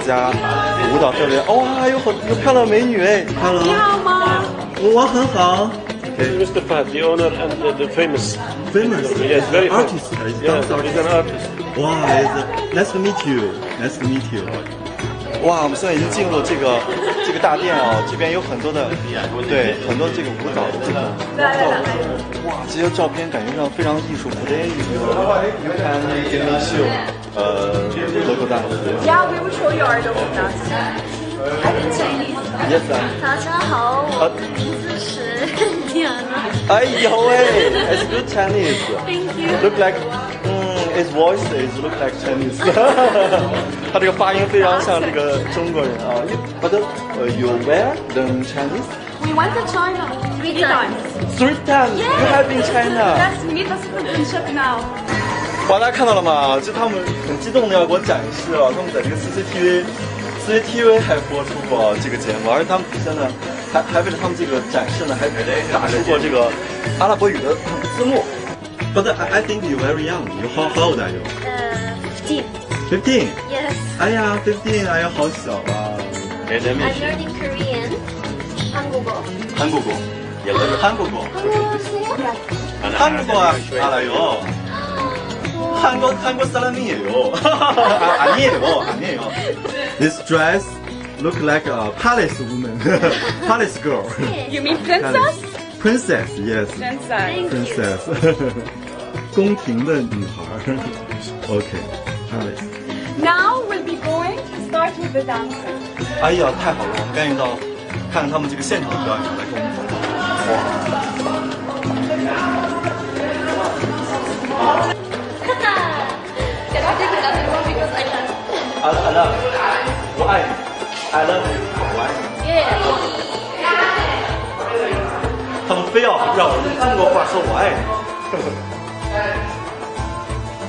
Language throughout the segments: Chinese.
家舞蹈特别，哇，有好有漂亮美女哎，Hello，你好吗？我我很好 Mr. Fahd, the owner and the, the famous. ，famous Yes, very famous. artist，哎 Yeah, he's an artist. 哇，nice to meet you，nice to meet you。哇，我们现在已经进入这个这个大殿哦，这边有很多的，对，很多这个舞蹈的这种来来来来，哇，这些照片感觉上非常艺术，today you you can give me show，呃，local dance。 Yeah, we will show you our local dance. I think Chinese. Yes, I'm- 早上好，呃我名字是 Diana。哎呦喂，it's good Chinese。 Thank you。 Look like，嗯，his voice is look like Chinese 。 他这个发音非常像这个中国人啊。You- 好的，呃，You were learn Chinese We went to China three times. three times. You have been China。 Let's meet us for friendship now. 哇，大家看到了吗？就他们很激动的要给我展示了，他们在这个 CCTV。CCTV 还播出过这个节目，而且他们底下呢，还还为了他们这个展示呢，还打出过这个阿拉伯语的字幕。But I I think you very young. You how how old are you? 呃，fifteen。 Fifteen. Yes。哎呀，fifteen，哎呀，好小啊！ I'm learning Korean。韩国国。韩国国，韩国国， 안녕하세요 韩国啊，阿拉哟，韩国韩国사람이에요，아니에요아니에요。This dress look like a palace woman, palace girl. You mean princess? Princess, yes, Princess. Thank you。 princess. 宫廷的女孩。OK, palace. Now we'll be going to start with the dancing. 哎呀，太好了，我们赶紧到看看他们这个现场的表演来给我们分享。哇！I I love，我爱你，I love you，我爱你。他们非要让我用中国话说我爱你。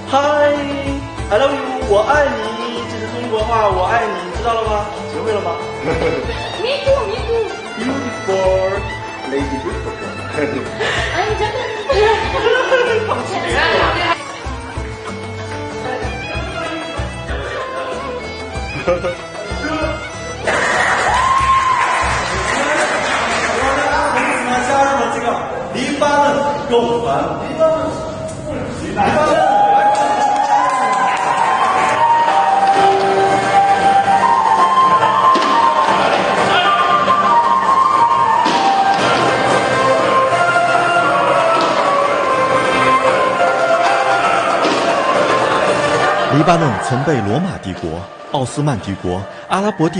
Hi，I love you，我爱你，这是中国话，我爱你，知道了吗？学会了吗 Me too, me too. ？Beautiful lady, beautiful girl。 I'm Japanese。加入了这个黎巴嫩狗团。黎巴嫩。黎巴嫩曾被罗马帝国、奥斯曼帝国、阿拉伯帝。